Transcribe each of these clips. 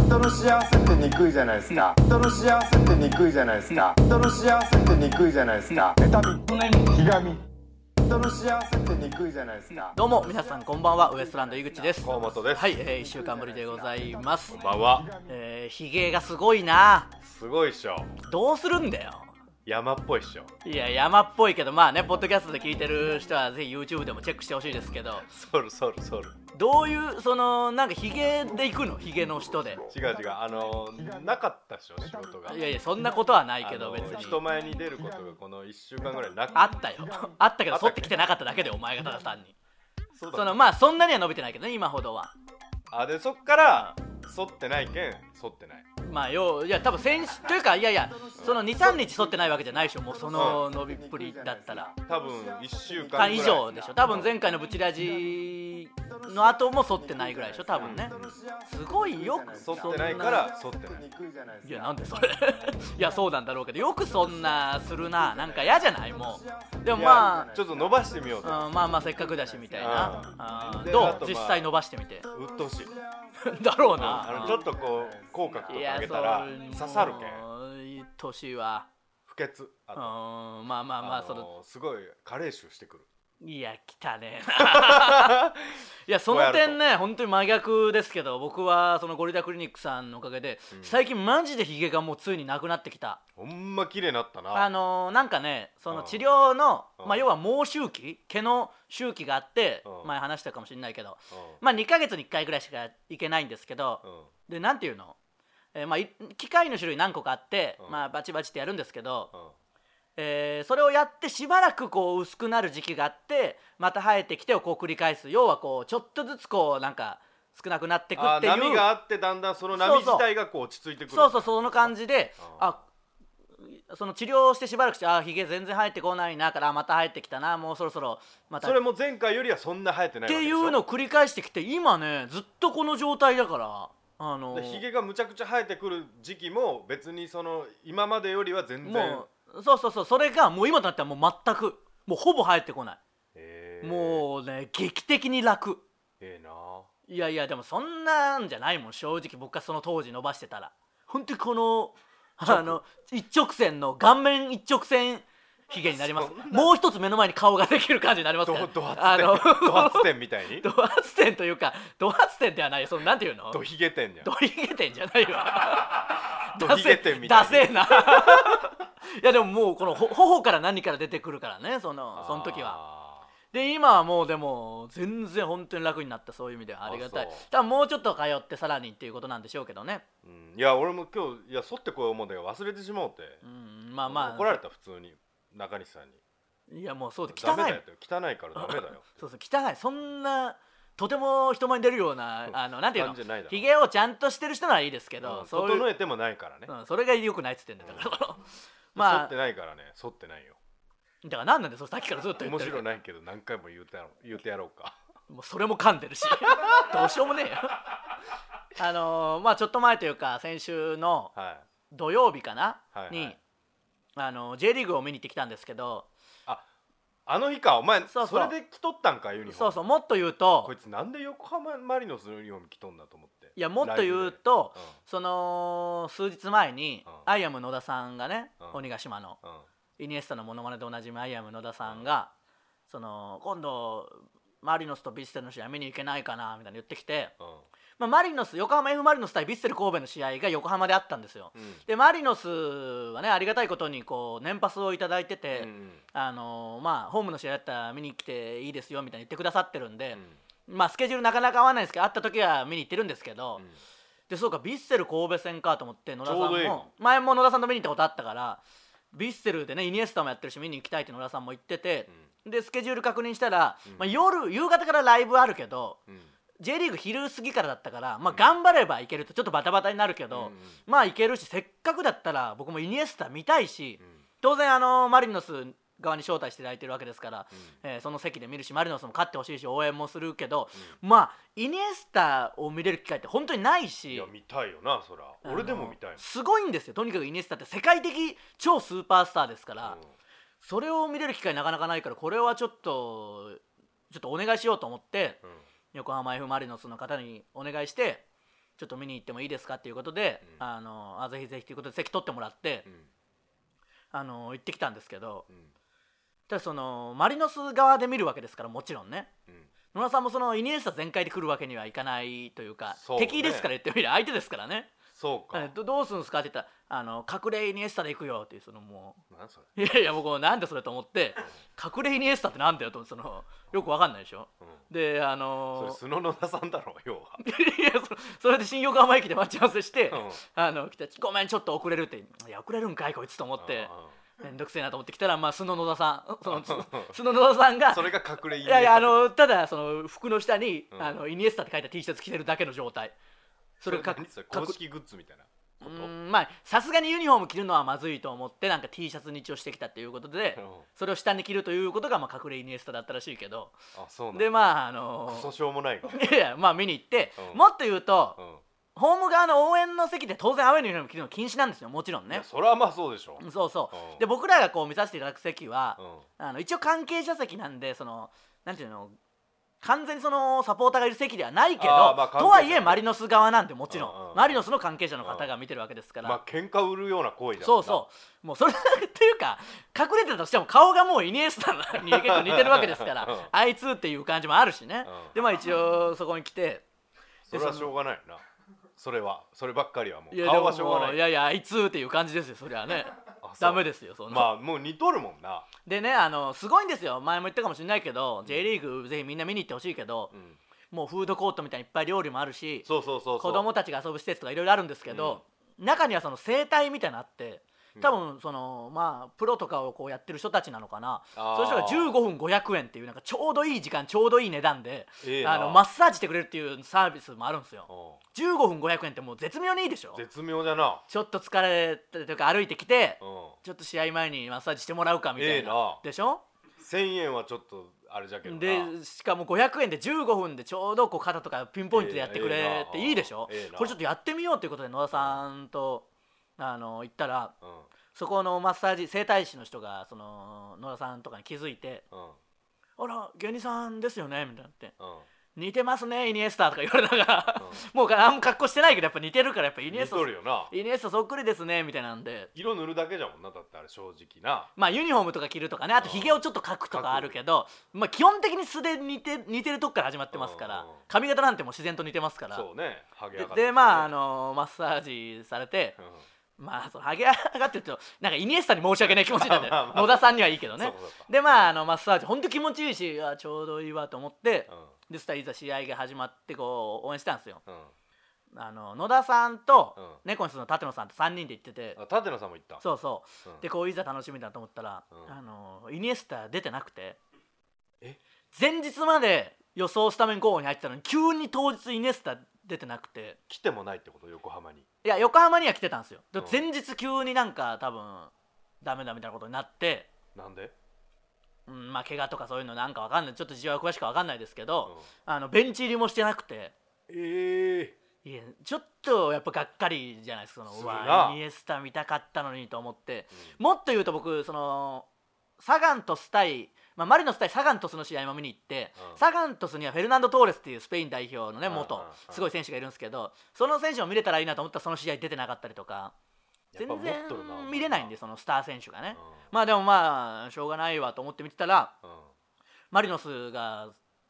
人の幸せってにくいじゃないですか人の幸せってにくいじゃないですか人の幸せってにくいじゃないですか妬みひがみ人の幸せってにくいじゃないですかどうも皆さんこんばんはウエストランド井口です河本ですはい、えー、1週間ぶりでございますこんばんはえー、ひげがすごいなすごいっしょどうするんだよ山っぽいっしょいや山っぽいけどまあねポッドキャストで聞いてる人はぜひ YouTube でもチェックしてほしいですけどソルソルソルどういうそのなんかひげで行くのひげの人で違う違うあのなかったっしょ仕事がいやいやそんなことはないけどあ別のに人前に出ることがこの1週間ぐらいなくあったよあったけどあった剃っけってきてなかっただけでお前がただ単にそうだそのまあそんなには伸びてないけどね今ほどはあでそっから剃ってないけん剃ってないまあよういや多分先週というかいやいやその23日剃ってないわけじゃないでしょもうその伸びっぷりだったら多分1週間ぐからい以上でしょ多分前回のブチラジの後も剃ってないぐらいでしょ多分ねすごいよく剃ってないから剃ってないいやなんでそれ いやそうなんだろうけどよくそんなするななんか嫌じゃないもうでもまいやちょっと伸ばしてみようとあうんまあまあせっかくだしみたいなあーであどとうまあ実際伸ばしてみて うっとうしいだろうあなのちょっとこう口角とかいや上げそたらう刺さるけんもういい年は不潔あうとーんまあまあまあそののすごい加齢臭してくるいや汚ねえな いやその点ね本当に真逆ですけど僕はそのゴリラクリニックさんのおかげで、うん最近マジでヒゲがもうついになくなってきたほんま綺麗になったあなのーなんかねそのうん治療のうんまあ要は毛周期毛の周期があってうん前話したかもしれないけどうんまあ2ヶ月に1回ぐらいしかいけないんですけどうんでなんていうのえーまあい機械の種類何個かあってうんまあバチバチってやるんですけどうんえーそれをやってしばらくこう薄くなる時期があってまた生えてきてをこう繰り返す要はこうちょっとずつこうなんか少なくなってくあっていう波があってだんだんその波自体がこう落ち着いてくるそうそうその感じでああその治療してしばらくしてあひげ全然生えてこないなからあまた生えてきたなもうそろそろまたそれも前回よりはそんな生えてなっいてわけでいしょうのを繰り返してきて今ねずっとこの状態だからあのでひげがむちゃくちゃ生えてくる時期も別にその今までよりは全然もうそうそうそうそれがもう今だったらもう全くもうほぼ生えてこない、えーもうね劇的に楽ええないやいやでもそんなんじゃないもん正直僕がその当時伸ばしてたら本当にこのあの一直線の顔面一直線ひげになりますそんなもう一つ目の前に顔ができる感じになりますからドド発あの展ド発展みたいにドハツ店というかドハツ店ではないそのなんていうのドヒゲ店じゃんドヒゲ店じゃないわドヒゲ店みたダいにセえないやでももうこのほ頬から何から出てくるからねそのその時ははで今はもうでも全然本当に楽になったそういう意味ではありがたいあそう多分もうちょっと通ってさらにっていうことなんでしょうけどねうんいや俺も今日いや剃ってこよう思うんだけど忘れてしもうてうんまあまあ怒られた普通に中西さんにいやもうそうで汚ダメだいよって汚いからダメだよってそうそう汚いそんなとても人前に出るようなあのなんていうの感じじゃないだろひげをちゃんとしてる人ならいいですけど、うんそういう整えてもないからねうん、それが良くないっつってんだよだから、剃 まってあないからね剃ってないよだから何なんでそれさっきからずっと言っ面てる白ないけど何回も言うてやろう言うてやろうかもうそれも噛ん でるしどうしようもねえよあのーまあちょっと前というか先週のはい土曜日かな、はいはいにあのー J リーグを見に行ってきたんですけどあの日かお前そそうそうれで着とったんかユニフォームそうそうもっと言うこといつなんで横浜マリノスのユニフォーム着とんだと思っていやもっと言うとその数日前に、うんアイアム野田さんがね、うん鬼ヶ島のライブでうんイニエスタのモノマネでおなじみアイアム野田さんが、その今度マリノスとヴィッセルの試合見に行けないかなみたいな言ってきて、うんうんまあ、マリノス横浜 F ・マリノス対ヴィッセル神戸の試合が横浜であったんですようんでマリノスはねありがたいことにこう年パスを頂いただいてて、うんあのーまあホームの試合だったら見に来ていいですよみたいに言ってくださってるんうで、んまあスケジュールなかなか合わないですけど会った時は見に行ってるんですけど、うんでそうかヴィッセル神戸戦かと思って野田さんもちょうどいいの前も野田さんと見に行ったことあったからヴィッセルでねイニエスタもやってるし見に行きたいって野田さんも言ってて、でスケジュール確認したら、うんまあ、夜夕方からライブあるけどうん J リーグ昼過ぎからだったから、まあう、ん頑張ればいけるとちょっとバタバタになるけど、うんうんまあいけるしせっかくだったら僕もイニエスタ見たいし、うん当然あのマリノス側に招待していただいてるわけですから、うえーその席で見るしマリノスも勝ってほしいし応援もするけど、まあイニエスタを見れる機会って本当にないいしや見たいよなそらあの俺でも見たいもんすごいんですよとにかくイニエスタって世界的超スーパースターですから、うんそれを見れる機会なかなかないからこれはちょっとちょっとお願いしようと思って。うん横浜 F ・マリノスの方にお願いしてちょっと見に行ってもいいですかっていうことで、あのあぜひぜひということで席取ってもらって、うんあの行ってきたんですけどうんただそのマリノス側で見るわけですからもちろんねうん野村さんもそのイニエスタ全開で来るわけにはいかないというかそうね敵ですから言ってみりゃ相手ですからねそうかえどどうするんですかって言ったらあの隠れイニエスタで行くよっていうそのもう なんそれいやいや僕もなんでそれと思って隠れイニエスタってなんだよとそのよくわかんないでしょうんであそれのスノノダさんだろう要は いやそそれで新横浜駅で待ち合わせして、うんあの来てごめんちょっと遅れるっていや遅れるんかいこいつと思ってうんうん面倒くせえなと思って来たらまあ素の野田さんその素の野田さん がそれが隠れイいニエスタやいやあのただその服の下に、うんあのイニエスタって書いた T シャツ着てるだけの状態そそれれがか何それか公式グッズみたいなこうとんまあさすがにユニフォーム着るのはまずいと思ってなんか T シャツに一応してきたっていうことで、うんそれを下に着るということが、まあ、隠れイニエスタだったらしいけどあそうなんだでまああのクソしょうもない がいやいやまあ見に行って、うんもっと言うと、うんホーム側の応援の席で当然アウェーのユニフォーム着るの禁止なんですよもちろんいねやそれはまあそうでしょそうそう、うんで僕らがこう見させていただく席は、うんあの一応関係者席なんでそのなんていうの完全にそのサポーターがいる席ではないけど、あーまあ関係者とはいえマリノス側なんでもちろん、うんうんマリノスの関係者の方が見てるわけですから、まあ喧嘩売るような行為じゃんそうそうもうそれ っていうか隠れてたとしても顔がもうイニエスタに結構似てるわけですかうんらあいつっていう感じもあるしね、うんでまあ一応そこに来てそれはしょうがないよなそれはそればっかりはもいうや顔はでしもょうもがなういいやいやあいつっていう感じですよそりゃねあ そうダメですよそんな、まあもう似とるもんなでねあのすごいんですよ前も言ったかもしれないけど J リーグぜひみんな見に行ってほしいけど、んもうフードコートみたいにいっぱい料理もあるしそうそうそうそう子供たちが遊ぶ施設とかいろいろあるんですけど、中にはその生態みたいなのあって多分そのまあプロとかをこうやってる人たちなのかなあーそういう人が15分500円っていうなんかちょうどいい時間ちょうどいい値段で、ええなあのマッサージしてくれるっていうサービスもあるんですよう15分500円ってもう絶妙にいいでしょん絶妙だなちょっと疲れてというか歩いてきてうんちょっと試合前にマッサージしてもらうかみたいな、ええなでしょ1000円はちょっとあれじゃけどなでしかも500円で15分でちょうどこう肩とかピンポイントでやってくええええれなっていいでしょ、ええなこれちょっとやってみようということで野田さんとあの行ったらうんそこのマッサージ整体師の人がその野田さんとかに気づいてうん「あら芸人さんですよね」みたいになってうん「似てますねイニエスタ」とか言われなが ら、もうあんま格好してないけどやっぱ似てるからやっぱイニエ似スタとるよなイニエスタそっくりですねみたいなんで。色塗るだけじゃもんなだってあれ正直なまあユニフォームとか着るとかねあとひげをちょっと描くとかあるけど、まあ、基本的に素で似て似てるとこから始まってますからうんうん髪型なんてもう自然と似てますからそうねハゲ上がでってでまああのマッサージされ て、うんまあそのハゲ上がってるとなんかイニエスタに申し訳ない気持ちになんで まあまあまあ野田さんにはいいけどねそうかそうかでまああのマッサージ本当気持ちいいしあちょうどいいわと思って、うでそしたらいざ試合が始まってこう応援したんですようんあの野田さんと、うん猫に住の舘野さんと3人で行っててあ舘野さんも言ったそうそう、うんでこういざ楽しみだと思ったら、うんあのイニエスタ出てなくてえ前日まで予想スタメン候補に入ってたのに急に当日イニエスタ出てなくて来てもないってこと横浜にいや横浜には来てたんですよでうん前日急になんか多分ダメだみたいなことになって、なんでうん、まあ怪我とかそういうのなんかわかんないちょっと事情は詳しくわかんないですけどうん、あのベンチ入りもしてなくてええいやちょっとやっぱがっかりじゃないですかそのすうるなわイニエスタ見たかったのにと思って、もっと言うと僕そのサガン鳥栖対、まあ、マリノス対サガン鳥栖の試合も見に行って、うんサガン鳥栖にはフェルナンド・トーレスっていうスペイン代表のねうんうんうん元すごい選手がいるんですけどその選手を見れたらいいなと思ったらその試合出てなかったりとかやっ全ぱ持っとるな然お前見れないんでそのスター選手がね、うんまあでもまあしょうがないわと思って見てたらうんマリノスが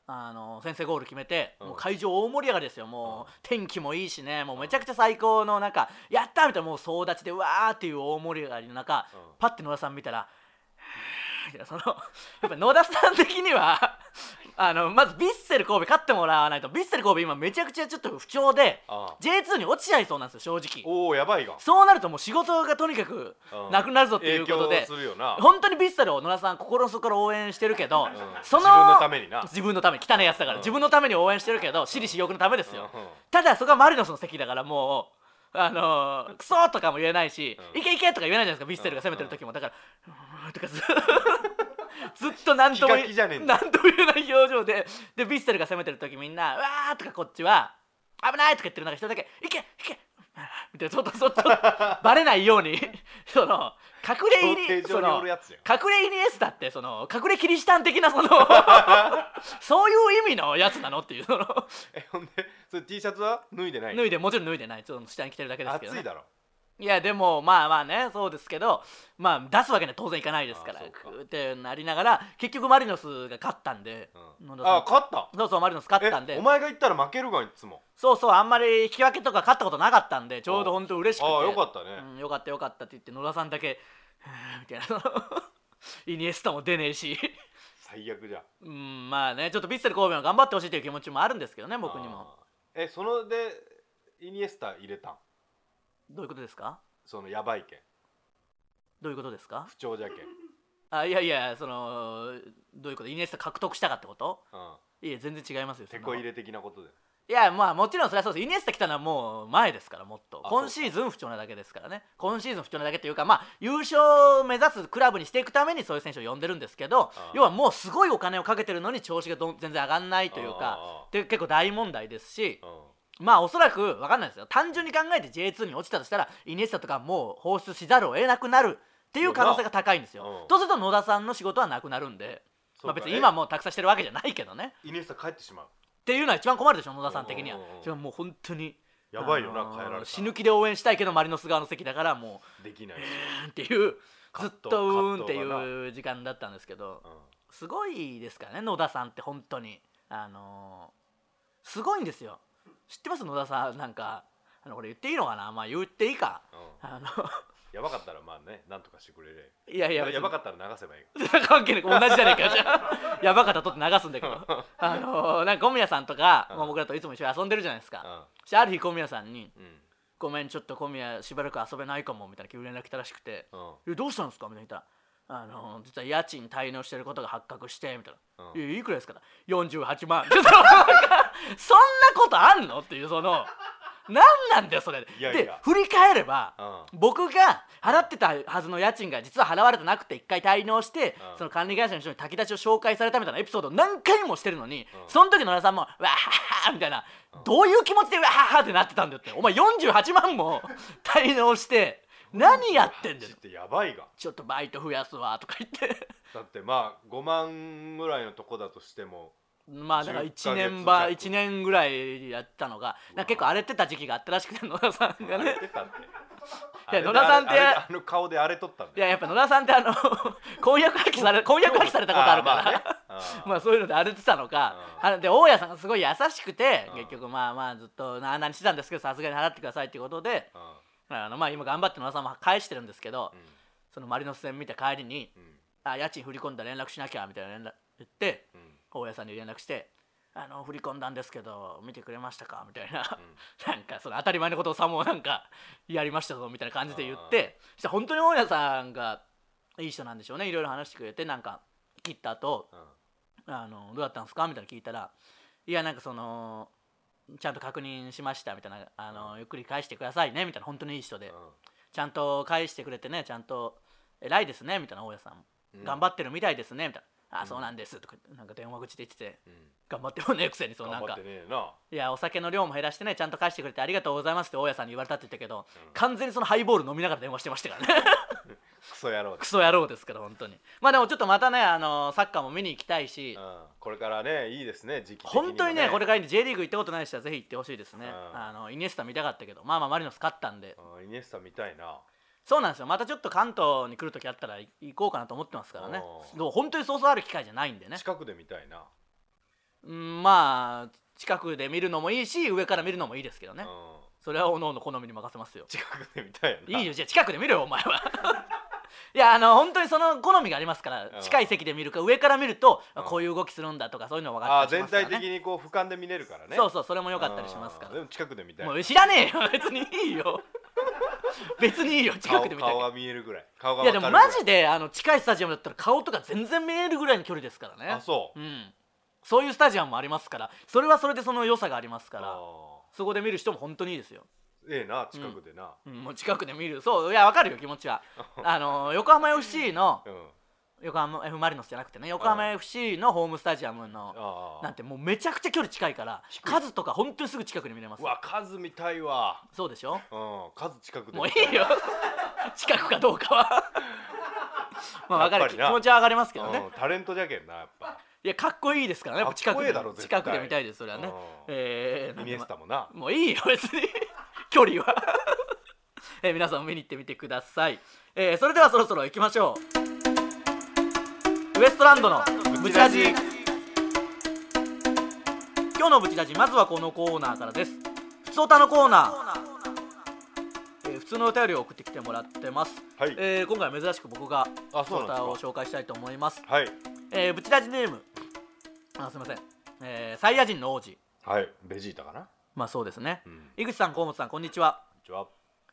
あの先制ゴール決めて、うんもう会場大盛り上がりですよもう、うん天気もいいしねもうめちゃくちゃ最高のなんかやったーみたいなもう総立ちでうわーっていう大盛り上がりの中、うんパッて野田さん見たらは ーみたいなそのやっぱ野田さん的には あのまずヴィッセル神戸勝ってもらわないとヴィッセル神戸今めちゃくちゃちょっと不調でああ J2 に落ちちゃいそうなんですよ正直おおやばいがそうなるともう仕事がとにかくうんなくなるぞっていうことで、影響するよな本当にビッサルを野田さん心の底から応援してるけど、その自分のためにな自分のため汚いやつだから、うん自分のために応援してるけど私利私欲のためですよ、うんうんただそこはマリノスの席だからもうあのークソとかも言えないし、うんいけいけとか言えないじゃないですかビッセルが攻めてる時もだから、うーんとかずず っと何とも気が気じゃねえんだ何とも言えない表情ででビッセルが攻めてる時みんな「うわー」とかこっちは「危ない」とか言ってる中一人だけ「いけいけ!」みたいなちょっとち ょっとバレないようにその隠れ入競り艇そ場にのおるやつやん隠れイニエスタってその隠れキリシタン的な そのそういう意味のやつなのっていうそのえほんでそれ T シャツは脱いでない脱いでもちろん脱いでないちょっと下に着てるだけですけど、暑ねい、だろいやでもまあまあねそうですけどまあ出すわけには当然いかないですからあそうかくーってなりながら結局マリノスが勝ったんで、うん野田さんあ勝ったそうそうマリノス勝ったんえでお前が行ったら負けるがんいつもそうそうあんまり引き分けとか勝ったことなかったんでちょうど本当嬉しくてああよかったねうん、よかったよかったって言って野田さんだけふーみたいなそのイニエスタも出ねえし 最悪じゃんうんまあねちょっとヴィッセル神戸も頑張ってほしいという気持ちもあるんですけどね僕にもあーえそのでイニエスタ入れたんどういうことですかそのやばいけんどういうことですか不調じゃ けん、うん、あいやいやそのどういうことイニエスタ獲得したかってこといや全然違いますよそテんなコ入れ的なことでいやまあもちろんそれはそうですイニエスタ来たのはもう前ですからもっとあ今シーズン不調なだけですからね今シーズン不調なだけというかまあ優勝を目指すクラブにしていくためにそういう選手を呼んでるんですけどあ要はもうすごいお金をかけてるのに調子がどん全然上がんないというかあで結構大問題ですしーあーうんまあおそらく分かんないですよ単純に考えて J2 に落ちたとしたらイニエスタとかもう放出しざるを得なくなるっていう可能性が高いんですよなうよんとすると野田さんの仕事はなくなるんでそうまあか別に今もうたくさんしてるわけじゃないけどねえイニエスタ帰ってしまうっていうのは一番困るでしょ野田さん的にはうんうんうんうんそれはもう本当にやばいよな、あのー帰られたら死ぬ気で応援したいけどマリノス側の席だからもできないし、ううんっていうず葛っ藤とうーんって葛藤いう時間だったんですけどうん、すごいですからね野田さんって本当にあのーすごいんですよ知ってます野田さんなんかあのこれ言っていいのかなまあ言っていいかうんあの やばかったらまあねなんとかしてくれれいやいいやや別にやばかったら流せばいい関係なく同じじゃねえかじ ゃあやばかったとって流すんだけどあのーなんか小宮さんとか、うんまあ僕らといつも一緒に遊んでるじゃないですか、かそしてある日小宮さんにうんうん「ごめんちょっと小宮しばらく遊べないかも」みたいな急に連絡来たらしくてうん「えどうしたんですか?」みたいな言ったら「あの実は家賃滞納してることが発覚して」みたいな「うんいやいくらですから48万」 ちょっとそんなことあんのっていうその何なんだよそれいやいやで振り返れば、う僕が払ってたはずの家賃が実は払われてなくて一回滞納して、うんその管理会社の人に炊き出しを紹介されたみたいなエピソードを何回もしてるのに、うんその時野田さんも「わははみたいな、どういう気持ちで「わははってなってたんだよってお前48万も滞納して何やってんだよちってやばいがちょっとバイト増やすわとか言って だってまあ5万ぐらいのとこだとしてもまあだから1 10ヶ月年ば弱1年ぐらいやったのがなんか結構荒れてた時期があったらしくて野田さんが荒ねれてたっていや野田さんってあれあれあの顔で荒れとったんいだよややっぱ野田さんってあの 婚約破棄 され婚約破棄されたことあるからあーまあねあ ーまあそういうので荒れてたのか、うんあで大家さんがすごい優しくて、うん結局まあまあずっとなあなにしてたんですけどさすがに払ってくださいってことであのまあ今頑張って野田さんも返してるんですけど、うんそのマリノス戦見た帰りにうんうん「あ家賃振り込んだ連絡しなきゃ」みたいな連絡言ってうんうん大家さんに連絡して「あの振り込んだんですけど見てくれましたか?」みたいな、 なんかその当たり前のことをさもうなんかやりましたぞみたいな感じで言ってそしたら本当に大家さんがいい人なんでしょうねいろいろ話してくれてなんか切った後うんあのどうだったんですかみたいな聞いたらいやなんかそのちゃんと確認しましたみたいなあのゆっくり返してくださいねみたいな本当にいい人でちゃんと返してくれてねちゃんと偉いですねみたいな大家さんも、うん頑張ってるみたいですねみたいな、うあんそうなんですとか言ってなんか電話口で言っててうん頑張ってもねえくせにそうな頑ん張っかてねえないやお酒の量も減らしてねちゃんと返してくれてありがとうございますって大家さんに言われたって言ったけど、うん完全にそのハイボール飲みながら電話してましたからねクソ野郎でクソ野郎ですけど本当にまあでもちょっとまたねあのサッカーも見に行きたいし、うんこれからねいいですね時期的も本当にね、これからに J リーグ行ったことない人はぜひ行ってほしいですね、うんあのイニエスタ見たかったけど、まあまあ、マリノス勝ったんで、うんイニエスタ見たいなそうなんですよ、またちょっと関東に来るときあったらい行こうかなと思ってますからねお、ーでも本当にそうそうある機会じゃないんでね、近くで見たいなうんまあ、近くで見るのもいいし、上から見るのもいいですけどね、うんそれはおのおの好みに任せますよ。近くで見たいよないいよ、じゃあ近くで見ろよ、お前は。 いやあの本当にその好みがありますからうん近い席で見るか上から見るとうんあこういう動きするんだとかそういうの分かあっあたりし全ますから、体ね、的にこう俯瞰で見れるからねそううそうそれも良かったりしますからでも近くで見たいもう知らねえよ別にいいよ 別にいいよ近くで見たいけ顔ど顔が見えるぐらい顔がいわやかでるぐもらいマジであの近いスタジアムだったら顔とか全然見えるぐらいの距離ですからねあそううんそういうスタジアムもありますからそれはそれでその良さがありますからあそこで見る人も本当にいいですよ、ーええな近くでな うん、もう近くで見るそういやわかるよ気持ちはあの横浜 FC のうん横浜 F ・マリノスじゃなくてね横浜 FC のホームスタジアムのあなんてもうめちゃくちゃ距離近いから数とか本当にすぐ近くに見れますうわ数見たいわそうでしょうん数近くでもういい よ近くかどうかはまあわかやるっぱ気りな持ちは上がりますけどねうんタレントじゃけんなやっぱいやかっこいいですからねやっぱ近かっくこでええだろ絶対近くで見たいですそれはねうんえー、イニエスなんでタもなもういいよ別に 距離は えー皆さんも見に行ってみてください、えーそれではそろそろ行きましょうウエストランドのブチラジ今日のブチラジまずはこのコーナーからです普通歌のコーナーえー普通のお便りを送ってきてもらってます、はいえー今回は珍しく僕があ普通そうなんで歌すかを紹介したいと思いますはいえー、ブチラジネームあすいません、えーサイヤ人の王子はいベジータかなまあそうですね、うんこん井口さん河本さんこんにちは、にちは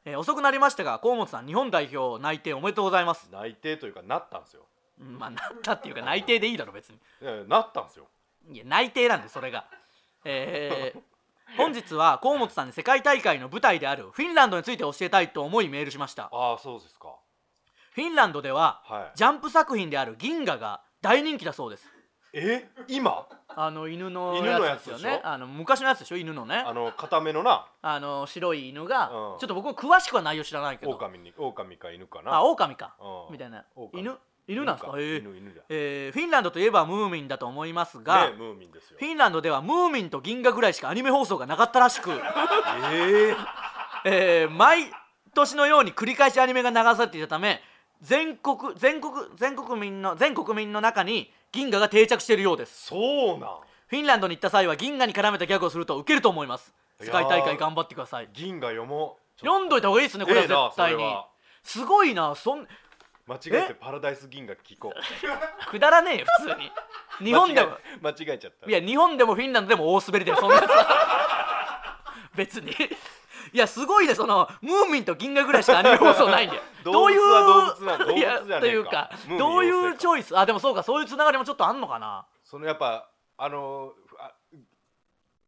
えー遅くなりましたが河本さん日本代表内定おめでとうございます内定というかなったんですようんまあなったっていうか内定でいいだろ別にいやなったんですよいや内定なんでそれがえー 本日は河本さんに世界大会の舞台であるフィンランドについて教えたいと思いメールしましたああそうですかフィンランドでははいジャンプ作品である銀河が大人気だそうですえ今あの犬の犬のやつですよやつねでしょあの昔のやつでしょ犬のねあの固めのなあの白い犬が、うんちょっと僕も詳しくは内容知らないけど狼に狼か犬かなあ狼か、うんみたいな狼犬犬なんですか犬へえ犬犬だえーフィンランドといえばムーミンだと思いますが、ねムーミンですよフィンランドではムーミンと銀河ぐらいしかアニメ放送がなかったらしく、えええー毎年のように繰り返しアニメが流されていたため全国全国全国民の全国民の中に銀河が定着しているようですそうなんフィンランドに行った際は銀河に絡めたギャグをするとウケると思います世界大会頑張ってください銀河読もうちょっ読んどいた方がいいですねこれはええな絶対そに、れはすごいなそんと間違えてえパラダイス銀河聞こうくだらねえよ普通に 日本でも間違え間違えちゃったいや日本でもフィンランドでも大滑りだよそんなやつは 別にいやすごいねそのムーミンと銀河ぐらいしかアニメ放送ないんだよ 動どういう物は動物な動物いじゃやねえかというかムーミンどうい妖う精かチョイスあでもそうかそういうつながりもちょっとあんのかなそのやっぱあのーあ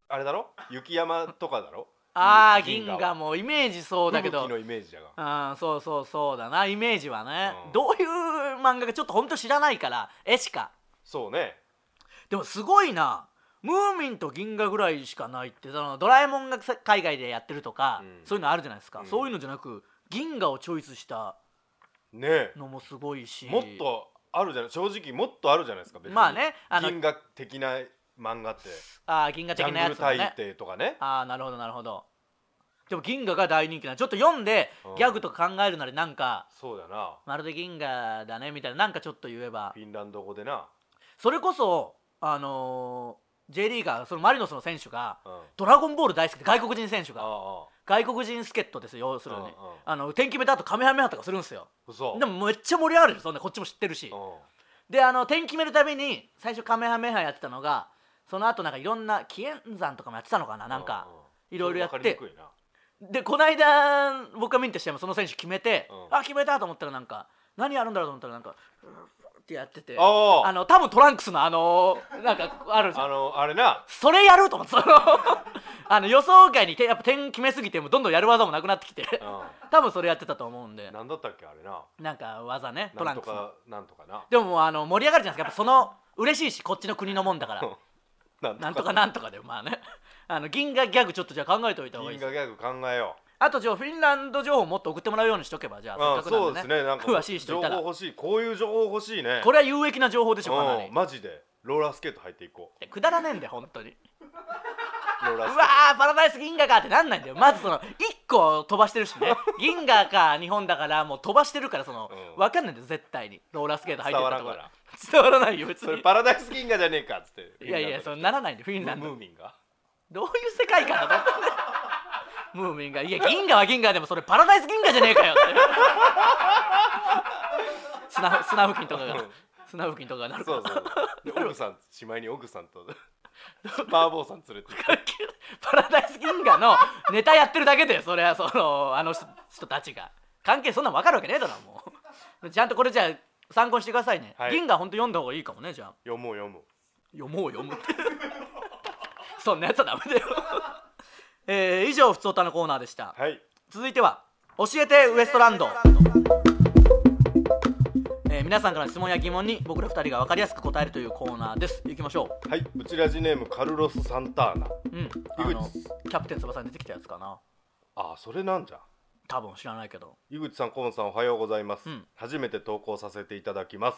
あれだろ雪山とかだろあー銀銀河は河もイメージそうだけ吹ど雪のイメージだがうんそうそうそうだなイメージはね、うんどういう漫画かちょっと本当知らないから絵しかそうねでもすごいなムーミンと銀河ぐらいしかないってそのドラえもんがさ海外でやってるとか、うんそういうのあるじゃないですか、うんそういうのじゃなく銀河をチョイスしたねえのもすごいしもっとあるじゃない正直もっとあるじゃないですか別にまあねあの銀河的な漫画ってあー銀河ジ的ャンなやグルつも大ね帝とかねああなるほどなるほどでも銀河が大人気なちょっと読んでうんギャグとか考えるなりなんかそうだなまるで銀河だねみたいななんかちょっと言えばフィンランド語でな、それこそあのー J リーガーそのマリノスの選手がうん、あ「ドラゴンボール大好き」で外国人選手があ外国人助っ人ですよ要するに、うんうんあの天気メタとカメハメハとかするんですよ嘘でもめっちゃ盛り上がるでしょそんなこっちも知ってるしうであの天気めるたびに最初カメハメハやってたのがその後なんかいろんな紀元山とかもやってたのかななんかうういろいろやっわかりてにくいなでこの間僕が見に行った試合もその選手決めて、うんあ決めたと思ったらなんか何やるんだろうと思ったらなんかうーってやっててあああの多分トランクスのあのなんかあるじゃんあのあれなそれやると思ってそのあの予想外にてやっぱ点決めすぎてもうどんどんやる技もなくなってきてう多分それやってたと思うんでん何だったっけあれななんか技ねトなラんンクとスのかなんとかなでももうあの盛り上がるじゃないですかやっぱその嬉しいしこっちの国のもんだ からなんなんとかなんとかでまあね あの銀河ギャグちょっとじゃあ考えておいた方がいい銀です河ギャグ考えよあとじゃあフィンランド情報もっと送ってもらうようにしとけばじゃうあうんせっかくなそうんでですねねなんか詳しい人いたら情報欲しいこういう情報欲しいねこれは有益な情報でしょかなりうんマジでローラースケート入っていこいやくだらねえんだよ本当にうローラーうスケわーーパラダイス銀河かってなんないんだよまずその1個飛ばしてるし ね銀河か日本だからもう飛ばしてるからその、うんわかんないんだよ絶対にローラースケート入ってったところ伝わらんか 伝わらないよ別トそれにパラダイス銀河じゃねえかっつっていやいやそのうならないんでフィンムランドーミンがどういう世界観だと思ってんだよムーミンがいや銀河は銀河でもそれパラダイス銀河じゃねえかよって 砂砂付近とかうがん砂付近とかがなるかそらうそうで奥さんしまいに奥さんとバーボーさん連れて行って パラダイス銀河のネタやってるだけだよそれはそのあの人人たちが関係そんなん分かるわけねえだろもうちゃんとこれじゃあ参考にしてくださいね、はい銀河ほんと読んだ方がいいかもねじゃあ読もう読もう読もう読むって そんなやつはダメだよえー以上ふつおたのコーナーでしたはい続いては教えてウエストランドえー皆さんからの質問や疑問に僕ら2人が分かりやすく答えるというコーナーです行きましょはい、ブチラジネームカルロス・サンターナ。ううんあのキャプテン翼に出てきたやつかなああ、それなんじゃ。多分知らないけど井口さん、河本さん、おはようございます、うん初めて投稿させていただきます。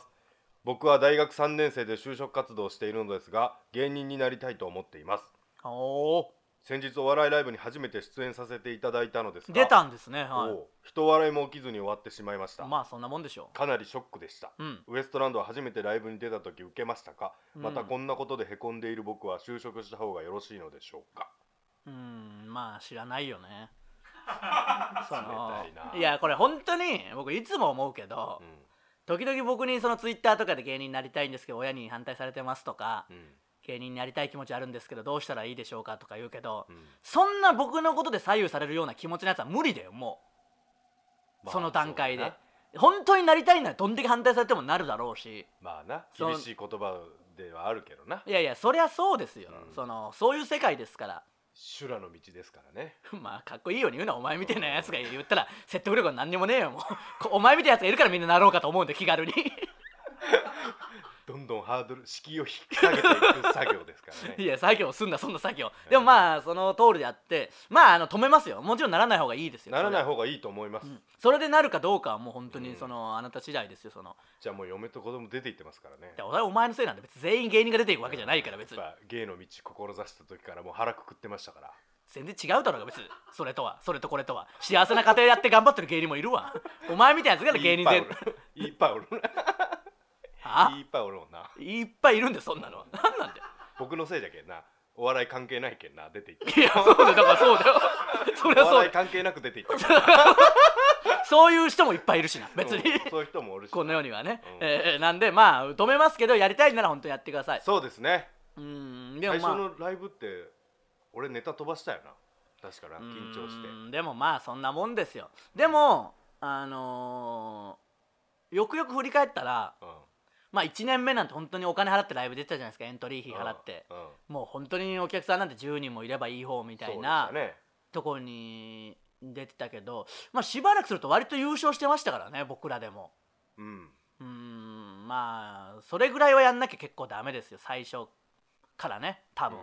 僕は大学3年生で就職活動をしているのですが、芸人になりたいと思っています。おお先日お笑いライブに初めて出演させていただいたのですが、出たんですねおはう人笑いも起きずに終わってしまいましいた。まあそんなもんでしょかなりショックでした。ううんウエストランドは初めてライブに出た時受けましたか、うんまたこんなことでへこんでいる僕は就職した方がよろしいのでしょうかうんまあ知らないよ ねそ冷のたいないやこれ本当に僕いつも思うけど、時々僕にそのツイッターとかで芸人になりたいんですけど親に反対されてますとか、うんうん芸人になりたい気持ちあるんですけどどうしたらいいでしょうかとか言うけど、うんそんな僕のことで左右されるような気持ちのやつは無理だよもう、まあその段階そうでだな本当になりたいならどんだけ反対されてもなるだろうしまあなその厳しい言葉ではあるけどないやいやそりゃそうですよ、うんそのそういう世界ですから 修羅の道ですからねまあかっこいいように言うなお前みたいなやつが言ったら 説得力は何にもねえよもう こお前みたいなやつがいるからみんななろうかと思うんで気軽にどんどんハードル敷居を引き下げていく作業ですか らいねや作業すんなそんな作業でもまあその通りであってまああの止めますよもちろんならない方がいいですよならないそれ方がいいと思います、うんそれでなるかどうかはもう本当うにんその、あなた次第ですよそのじゃあもう嫁と子供出ていってますからねでお前お前のせいなんで別に全員芸人が出ていくわけじゃないから別にやっぱ芸の道志した時からもう腹くくってましたから全然違うだろうが別にそれとはそれとこれとは幸せな家庭やって頑張ってる芸人もいるわお前みたいなやつが芸人いでっぱい おるいっぱいおるあいっぱいおるもんないっぱいいるんだよそんなのは何なんだよ僕のせいじゃけんなお笑い関係ないけんな出ていっていやそうだよだからそう だよ そりゃそおうだ笑いよ関係なく出ていったそういう人もいっぱいいるしな別にうんそういう人もおるしこの世にはね、うんえーなんでまあ止めますけどやりたいなら本当にやってくださいそうですねうんでも最まあ初のライブって俺ネタ飛ばしたよな確かな緊張してうーんでもまあそんなもんですよでもあのーよくよく振り返ったらうまあ1年目なんて本当にお金払ってライブ出てたじゃないですかエントリー費ん払ってうんうんもう本当にお客さんなんて10人もいればいい方みたいそなうでしねところに出てたけどまあしばらくすると割と優勝してましたからね僕らでもうんうーんまあそれぐらいはやんなきゃ結構ダメですよ最初からね多分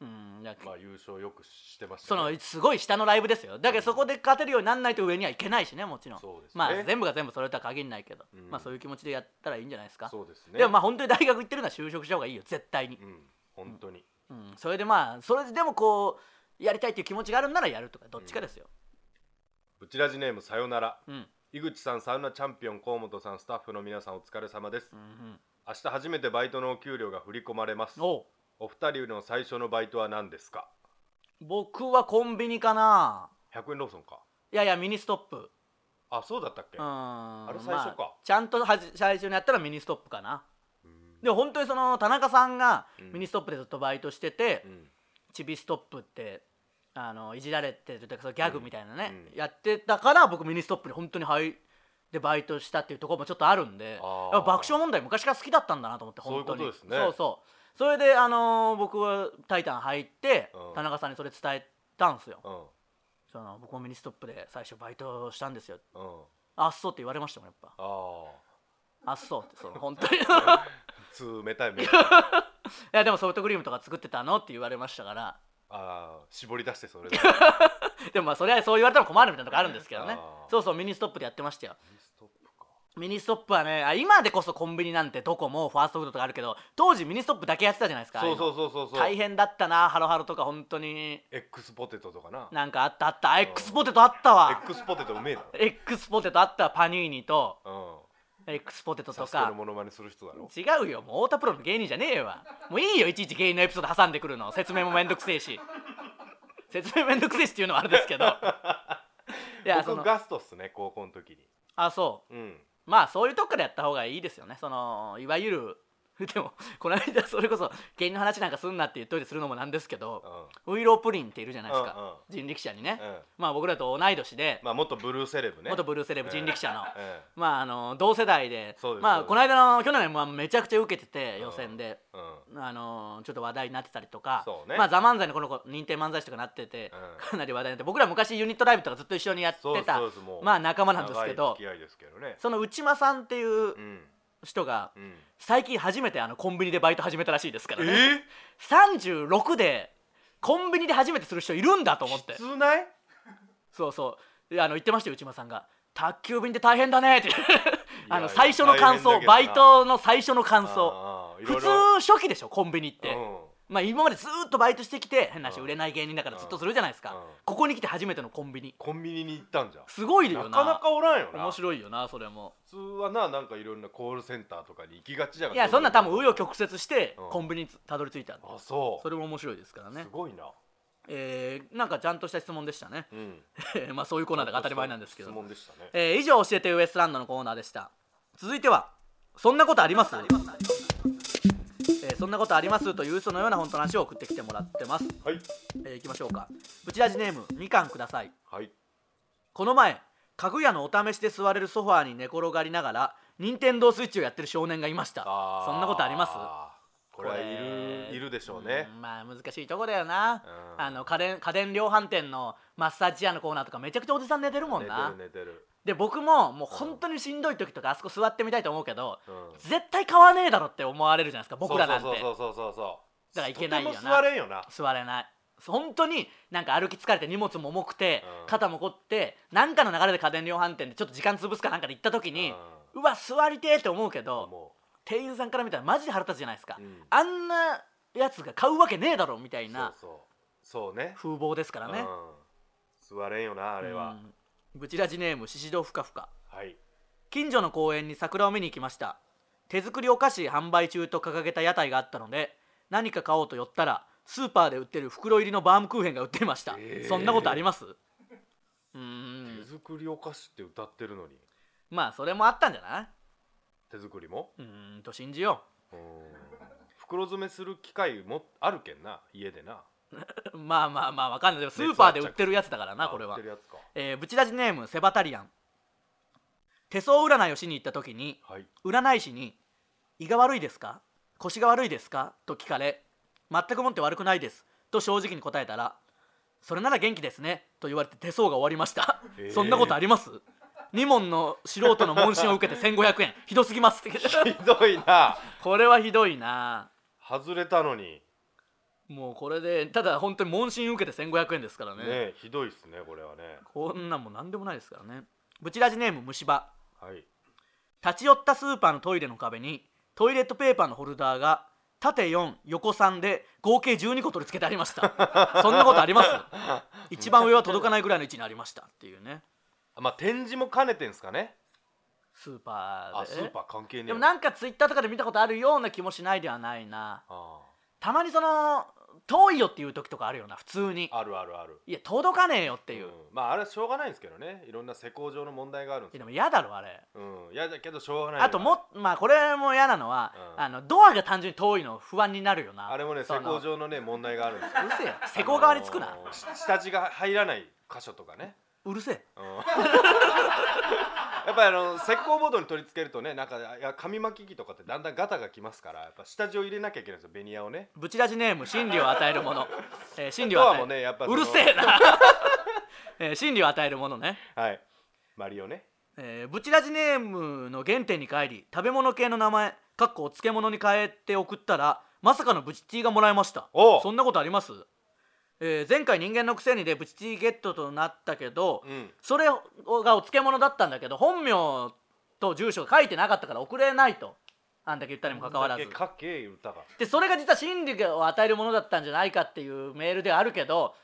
うんだからまあ優勝よくしてましたそねのすごい下のライブですよだけどそこで勝てるようにならないと上にはいけないしねもちろんそうですねまあ全部が全部それとは限らないけど、うんまあそういう気持ちでやったらいいんじゃないですかそうですねでもまあ本当に大学行ってるのは就職した方がいいよ絶対にう、ん本当にうんそれでまあそれでもこうやりたいっていう気持ちがあるんならやるとかどっちかですよ、ブチラジネームさよならうん井口さんサウナチャンピオン河本さんスタッフの皆さんお疲れ様ですうんうん、明日初めてバイトのお給料が振り込まれますおうお二人の最初のバイトは何ですか僕はコンビニかな100円ローソンかいやいやミニストップあそうだったっけうんあれ最初かちゃんとはじ最初にやったらミニストップかなうんでも本当にその田中さんがうんミニストップでずっとバイトしてて、うんチビストップってあのいじられてるというかそのギャグみたいなね、うんうんやってたから僕ミニストップに本当に入でバイトしたっていうところもちょっとあるんでやっあーぱ爆笑問題昔から好きだったんだなと思ってそういう本当にことですねそうそうそれで、あのー僕は「タイタン」入って、うん田中さんにそれ伝えたんですよ、うんその僕もミニストップで最初バイトしたんですようんあっそうって言われましたもんやっぱああっそうってその本当 に いあ冷たい 目やでもソフトクリームとか作ってたのって言われましたからああ絞り出して それででもまあそれはそう言われたら困るみたいなとこあるんですけどねあーそうそうミニストップでやってましたよストップかミニストップはねあ今でこそコンビニなんてどこもファーストフードとかあるけど当時ミニストップだけやってたじゃないですかそうそううそうそうそう大変だったなハロハロとか本当に X ポテトとかななんかあったあったあ X ポテトあったわ X ポテトうめえだ X ポテトあったわパニーニとろ X ポテうトんサとスケのかモノマネする人だろ違うよもう太田プロの芸人じゃねえわもういいよいちいち芸人のエピソード挟んでくるの説明もめんどくせえ し説明めんどくせえしっていうのはあれですけどいやそ僕のガストっすね高校の時にあそううんまあそういうとこからやった方がいいですよねそのいわゆる でもこの間それこそ芸人の話なんかすんなって言っといてするのもなんですけどう、んウイロープリンっているじゃないですか、うんうん人力車にね、うんまあ僕らと同い年で、まあ元ブルーセレブね元ブルーセレブ人力車の、うんまああの同世代でそうですまそうあですこの間の去年はめちゃくちゃ受けててん予選で。うんあのちょっと話題になってたりとかそうねまあ、ザ漫才のこの子認定漫才師とかなってて、うんかなり話題になって僕ら昔ユニットライブとかずっと一緒にやってそうですたそうですもうまあ仲間なんですけ長いど付き合いですけどねその内間さんっていううん人がうん最近初めてあのコンビニでバイト始めたらしいですからねえ36でコンビニで初めてする人いるんだと思ってきつないそうそうであの言ってましたよ内間さんが「宅急便で大変だね」って あのいや最初の感大想変だけどなバイトの最初の感想ああいろ普いろ通初期でしょコンビニって、うんまあ今までずーっとバイトしてきて変な話うん売れない芸人だからずっとするじゃないですか、うんここに来て初めてのコンビニコンビニに行ったんじゃすごいよななかなかおらんよな面白いよなそれも普通はななんかいろんなコールセンターとかに行きがちじゃんいやそんな多分紆余曲折してうんコンビニにたどり着いたんであそうそれも面白いですからねすごいなえー、なんかちゃんとした質問でしたね うんまあそういうコーナーだから当たり前なんですけど質問でしたねえー以上教えてウエストランドのコーナーでした続いてはそんなことありますえーそんなことありますという嘘のような本当の話を送ってきてもらってます、はいえー、いきましょうかブチラジネームみかんくださいはいこの前家具屋のお試しで座れるソファーに寝転がりながら任天堂スイッチをやってる少年がいましたあーそんなことありますこれはいるいるでしょうねんまあ難しいとこだよな、うんあの家電家電量販店のマッサージ屋のコーナーとかめちゃくちゃおじさん寝てるもん寝てなる寝てるで僕ももう本当にしんどい時とかあそこ座ってみたいと思うけど、うん絶対買わねえだろって思われるじゃないですか僕らなんてそうそうそうそうそうそうだからいけないよなとても座れんよな座れない本当になんか歩き疲れて荷物も重くて、うん肩も凝ってなんかの流れで家電量販店でちょっと時間潰すかなんかで行った時に、うわ座りてえって思うけうんども店員さんから見たらマジで腹立つじゃないですか、ううんあんなやつが買うわけねえだろみたいなそうそうそうね風貌ですからねうん座れんよなあれはうんブチラジネームししどふかふかはい近所の公園に桜を見に行きました手作りお菓子販売中と掲げた屋台があったので何か買おうと寄ったらスーパーで売ってる袋入りのバームクーヘンが売っていました、えーそんなことありますうー手ん作りお菓子って歌ってるのにまあそれもあったんじゃない手作りもうーんと信じようん袋詰めする機会もあるけんな家でなう まあまあまあわかんないでもスーパーで売ってるやつだからなこれ売っはてるやつかえーブチラジネームセバタリアン手相占いをしに行った時にはい 占い師に「胃が悪いですか腰が悪いですか?」と聞かれ「全くもって悪くないです」と正直に答えたら「それなら元気ですね」と言われて手相が終わりました、えーそんなことあります2問の素人の問診を受けて1500円ひどすぎますひどいなこれはひどいな外れたのにもうこれでただ本当に問診受けて1500円ですからねねひどいっすねこれはねこんなんも何でもないですからねブチラジネーム虫歯はい立ち寄ったスーパーのトイレの壁にトイレットペーパーのホルダーが縦4横3で合計12個取り付けてありました そんなことあります一番上は届かないぐらいの位置にありましたっていうねあまあ展示も兼ねてんすかねスーパーあでスーパー関係ねえでもななんかツイッターとかで見たことあるような気もしないではないなあたまにその遠いよっていう時とかあるよな普通にーあるあるあるいや届かねえよっていう、んまああれはしょうがないんですけどねいろんな施工上の問題があるんですえよでも嫌だろあれうんいやだけどしょうがないよあともまあこれも嫌なのは、うんあのドアが単純に遠いの不安になるよなあれもね施その工上のね問題があるんですようるせえよ 施工側につくな、あのーし下地が入らない箇所とかねうるせえうん やっぱりあの石膏ボードに取り付けるとねなんかいや紙巻き機とかってだんだんガタがきますからやっぱ下地を入れなきゃいけないんですよベニヤをねブチラジネーム真理を与えるも の、えー、真理をドア与えもねやっぱそうのるせえな、 えー、真理を与えるものね、はいマリオねえー、ブチラジネームの原点に帰り食べ物系の名前かっこお漬物に変えて送ったらまさかのブチティがもらえましたおうそんなことあります、えー、前回人間のくせにでブチティゲットとなったけど、うんそれがお漬物だったんだけど本名と住所が書いてなかったから送れないとあんだけ言ったにもかかわらずだけかけえ歌がでそれが実は真理を与えるものだったんじゃないかっていうメールではあるけど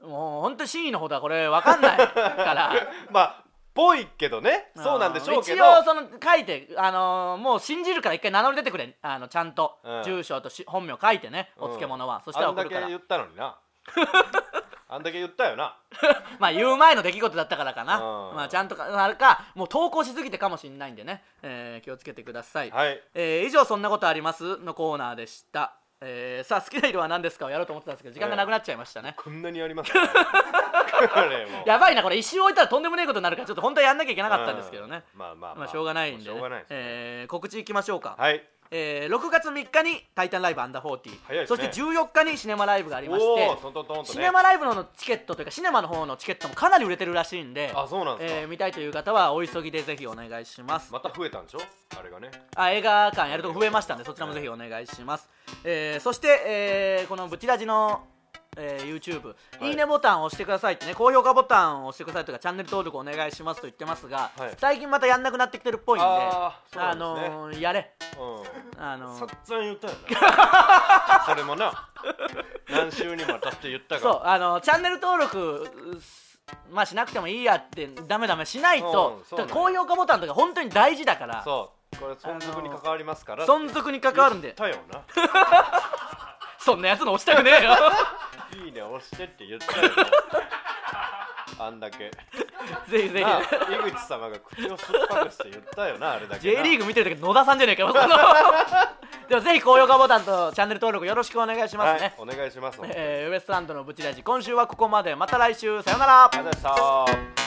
もう本当に真意のほどはこれ分かんないからまあぽいけどね そうなんでしょうけどあの一応その書いて、あのーもう信じるから一回名乗り出てくれあのちゃんと、うん住所とし本名書いてねうんお漬物は、そしたらあん送だるかけら言ったの になあんだけ言ったよなまあ言う前の出来事だったからかな、うんまあ、ちゃんとかあれかもう投稿しすぎてかもしんないんでね、えー気をつけてください、はいえー以上「そんなことあります?」のコーナーでした、えーさあ好きな色は何ですかをやろうと思ってたんですけど時間がなくなっちゃいましたね、こんなにありますねこれもうやばいなこれ一周置いたらとんでもねえことになるからちょっと本当はやんなきゃいけなかったんですけどね、うんまあまあまあしょうがないんもで,、しょうがないですねえー告知いきましょうか、はいえー6月3日に「タイタンライブアンダー4 0早いですそねして14日にシネマライブがありましおおてトントントンとシねネマライブの方のチケットというかシネマの方のチケットもかなり売れてるらしいんであそうなんですか、えー見たいという方はお急ぎでぜひお願いしますまた増えたんでしょあれがねあ映画館やるとこ増えましたんでそちらもぜひお願いします、えーそして、えーこのブチラジの、えー YouTube、、はいいいねボタンを押してくださいってね高評価ボタンを押してくださいとかチャンネル登録お願いしますと言ってますが、はい最近またやんなくなってきてるっぽいんであーそうなんですねのーやれうあのんーさっざん言ったよ なそれもな何週にもわたって言ったそかうあのチャンネル登録うっすまあしなくてもいいやってダメダメしないとうん、そうなんだ高評価ボタンとか本当に大事だかららそうこれ存続に関わりますから存続に関わるんで言ったよなそんなやつの押したくね えよいいね押してって言ったよなあんだけ ぜひぜひなあ井口様が口を酸っぱくして言ったよなあれだけ J なリーグ見てる時野田さんじゃねえかよそのではぜひ高評価ボタンとチャンネル登録よろしくお願いしますね、はい、お願いします、えーウエストランドのブチラジ今週はここまでまた来週さよならありがとうございました